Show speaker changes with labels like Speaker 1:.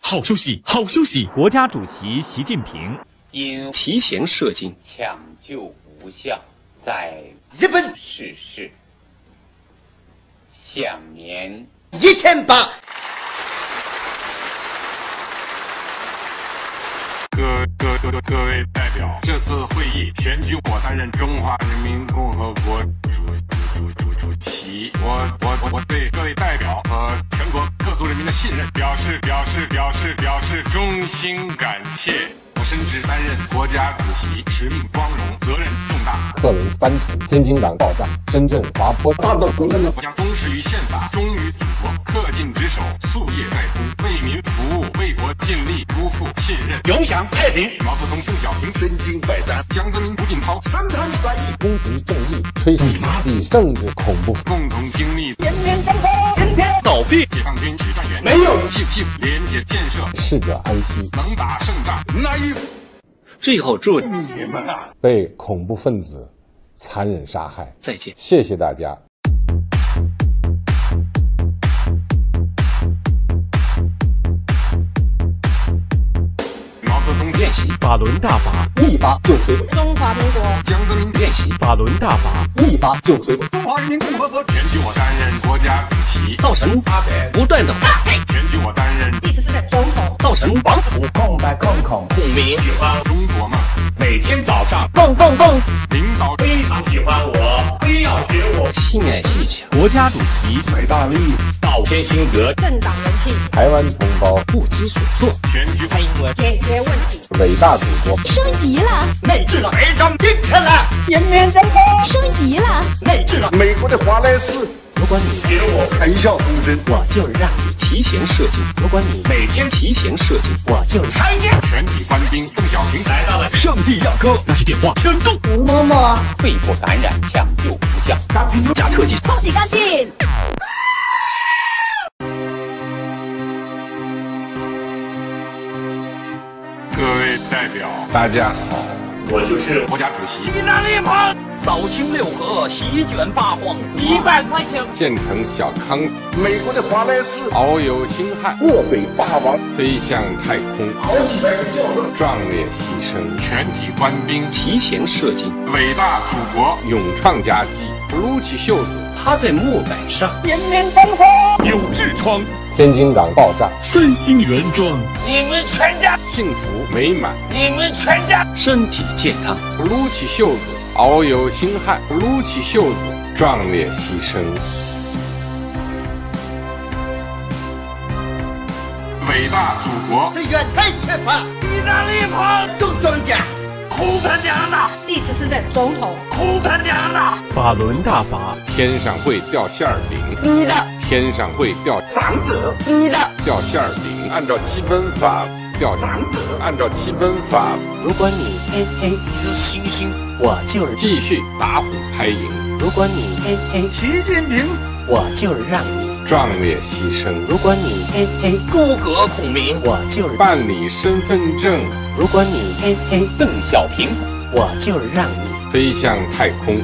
Speaker 1: 好消息，好消息！
Speaker 2: 国家主席习近平
Speaker 3: 应
Speaker 4: 提前射精，
Speaker 3: 抢救无效在
Speaker 5: 日本
Speaker 3: 逝世，享年
Speaker 5: 一千八。
Speaker 6: 各各各各位代表，这次会议选举我担任中华人民共和国主主主主主席。我我我我对各位代表和全国各族人民的信任表示表示表示表示衷心感谢。我深知担任国家主席使命光荣，责任重大。
Speaker 7: 克伦三重、天津港爆炸、深圳滑坡，大到
Speaker 6: 我将忠实于宪法，忠于祖国，恪尽职守，夙夜在乎，为民服务，为国尽力，辜负信任。
Speaker 8: 永享太平。
Speaker 6: 毛泽东、邓小平身经百战，江泽民、胡锦涛三坛三役，
Speaker 7: 公平正义，吹响比政治恐怖。
Speaker 6: 共同经历
Speaker 8: 人民奔跑，今天
Speaker 4: 倒闭，
Speaker 6: 解放军指战员
Speaker 8: 没有
Speaker 6: 信息廉洁建设，
Speaker 7: 逝者安息，
Speaker 6: 能打胜仗。
Speaker 8: 那一
Speaker 4: 最后祝你
Speaker 8: 你们啊！
Speaker 7: 被恐怖分子残忍杀害。
Speaker 4: 再见。
Speaker 7: 谢谢大家。
Speaker 6: 毛泽东
Speaker 4: 练习
Speaker 2: 法轮大法，
Speaker 9: 一发就摧毁
Speaker 10: 中华民国
Speaker 6: 江泽民
Speaker 4: 练习
Speaker 2: 法轮大法，
Speaker 9: 一发就摧毁
Speaker 6: 中华人民共和国选举我担任国家主席，
Speaker 4: 造成
Speaker 6: 阿北
Speaker 4: 不断的
Speaker 6: 选举我担任
Speaker 10: 第十四任总统，
Speaker 4: 造成王府
Speaker 9: 空白空空，
Speaker 4: 共鸣。
Speaker 8: 喜欢
Speaker 6: 中国梦，
Speaker 8: 每天早上
Speaker 10: 蹦蹦蹦，
Speaker 6: 领导
Speaker 8: 非常喜欢我，非要学我，
Speaker 4: 心眼细巧，
Speaker 2: 国家主席
Speaker 9: 伟大利益，
Speaker 8: 道天心得，
Speaker 10: 政党人气，
Speaker 7: 台湾同胞，
Speaker 4: 不知所措。
Speaker 6: 选举
Speaker 4: 蔡英文
Speaker 10: 解决问题，
Speaker 7: 伟大祖国，
Speaker 11: 升级了，
Speaker 8: 内置了
Speaker 5: 非常精神了，
Speaker 8: 人民奔跑，
Speaker 11: 升级了，
Speaker 8: 内置了
Speaker 5: 美国的华莱士
Speaker 4: 如果你
Speaker 8: 给我
Speaker 5: 谈笑风生。
Speaker 4: 我就让你提前射精，如果你每天提前射精，我就
Speaker 8: 参见。
Speaker 6: 全体官兵邓小平
Speaker 8: 来到了
Speaker 4: 上帝亚哥
Speaker 8: 那是电话牵动，
Speaker 10: 吴嬷嬷，
Speaker 3: 肺部感染抢救无效。
Speaker 4: 加特技。
Speaker 11: 冲洗干净。
Speaker 6: 各位代表，大家好，
Speaker 8: 我就是
Speaker 6: 国家主席
Speaker 8: 你哪里跑？
Speaker 4: 扫清六合，席卷八荒。
Speaker 8: 一万块钱。
Speaker 7: 建成小康，
Speaker 5: 美国的华莱士，
Speaker 7: 遨游星汉，
Speaker 5: 漠北霸王，
Speaker 7: 飞向太空，
Speaker 5: 好几百个教授，
Speaker 7: 壮烈牺牲，
Speaker 6: 全体官兵
Speaker 4: 提前射精，
Speaker 6: 伟大祖国，
Speaker 7: 勇创佳绩，撸起袖子。
Speaker 4: 趴在木板上，
Speaker 8: 人民奔跑，有痔疮，
Speaker 7: 天津港爆炸，
Speaker 8: 身心原装。你们全家，
Speaker 7: 幸福美满，
Speaker 8: 你们全家，
Speaker 4: 身体健康。
Speaker 7: 撸起袖子，遨游星汉，撸起袖子，壮烈牺牲。
Speaker 6: 伟大祖国，
Speaker 5: 资源太缺乏，
Speaker 8: 你哪里跑？
Speaker 5: 种庄稼。
Speaker 8: 哭他娘的，
Speaker 10: 第十四任总统，
Speaker 8: 哭他娘的！
Speaker 2: 法轮大法，
Speaker 7: 天上会掉馅儿饼，
Speaker 10: 你的
Speaker 7: 天上会掉
Speaker 8: 长者，
Speaker 10: 你的
Speaker 7: 掉馅儿饼。按照基本法掉馅儿饼，按照基本法
Speaker 4: 如果你嘿嘿是星星，我就
Speaker 7: 继续打虎拍蝇，
Speaker 4: 如果你嘿嘿
Speaker 5: 习近平，
Speaker 4: 我就让你；
Speaker 7: 壮烈牺牲。
Speaker 4: 如果你嘿嘿
Speaker 3: 诸葛孔明、
Speaker 4: 我就让；
Speaker 7: 办理身份证，
Speaker 4: 如果你嘿嘿，
Speaker 3: 邓小平、
Speaker 4: 我就让你。
Speaker 7: 飞向太空。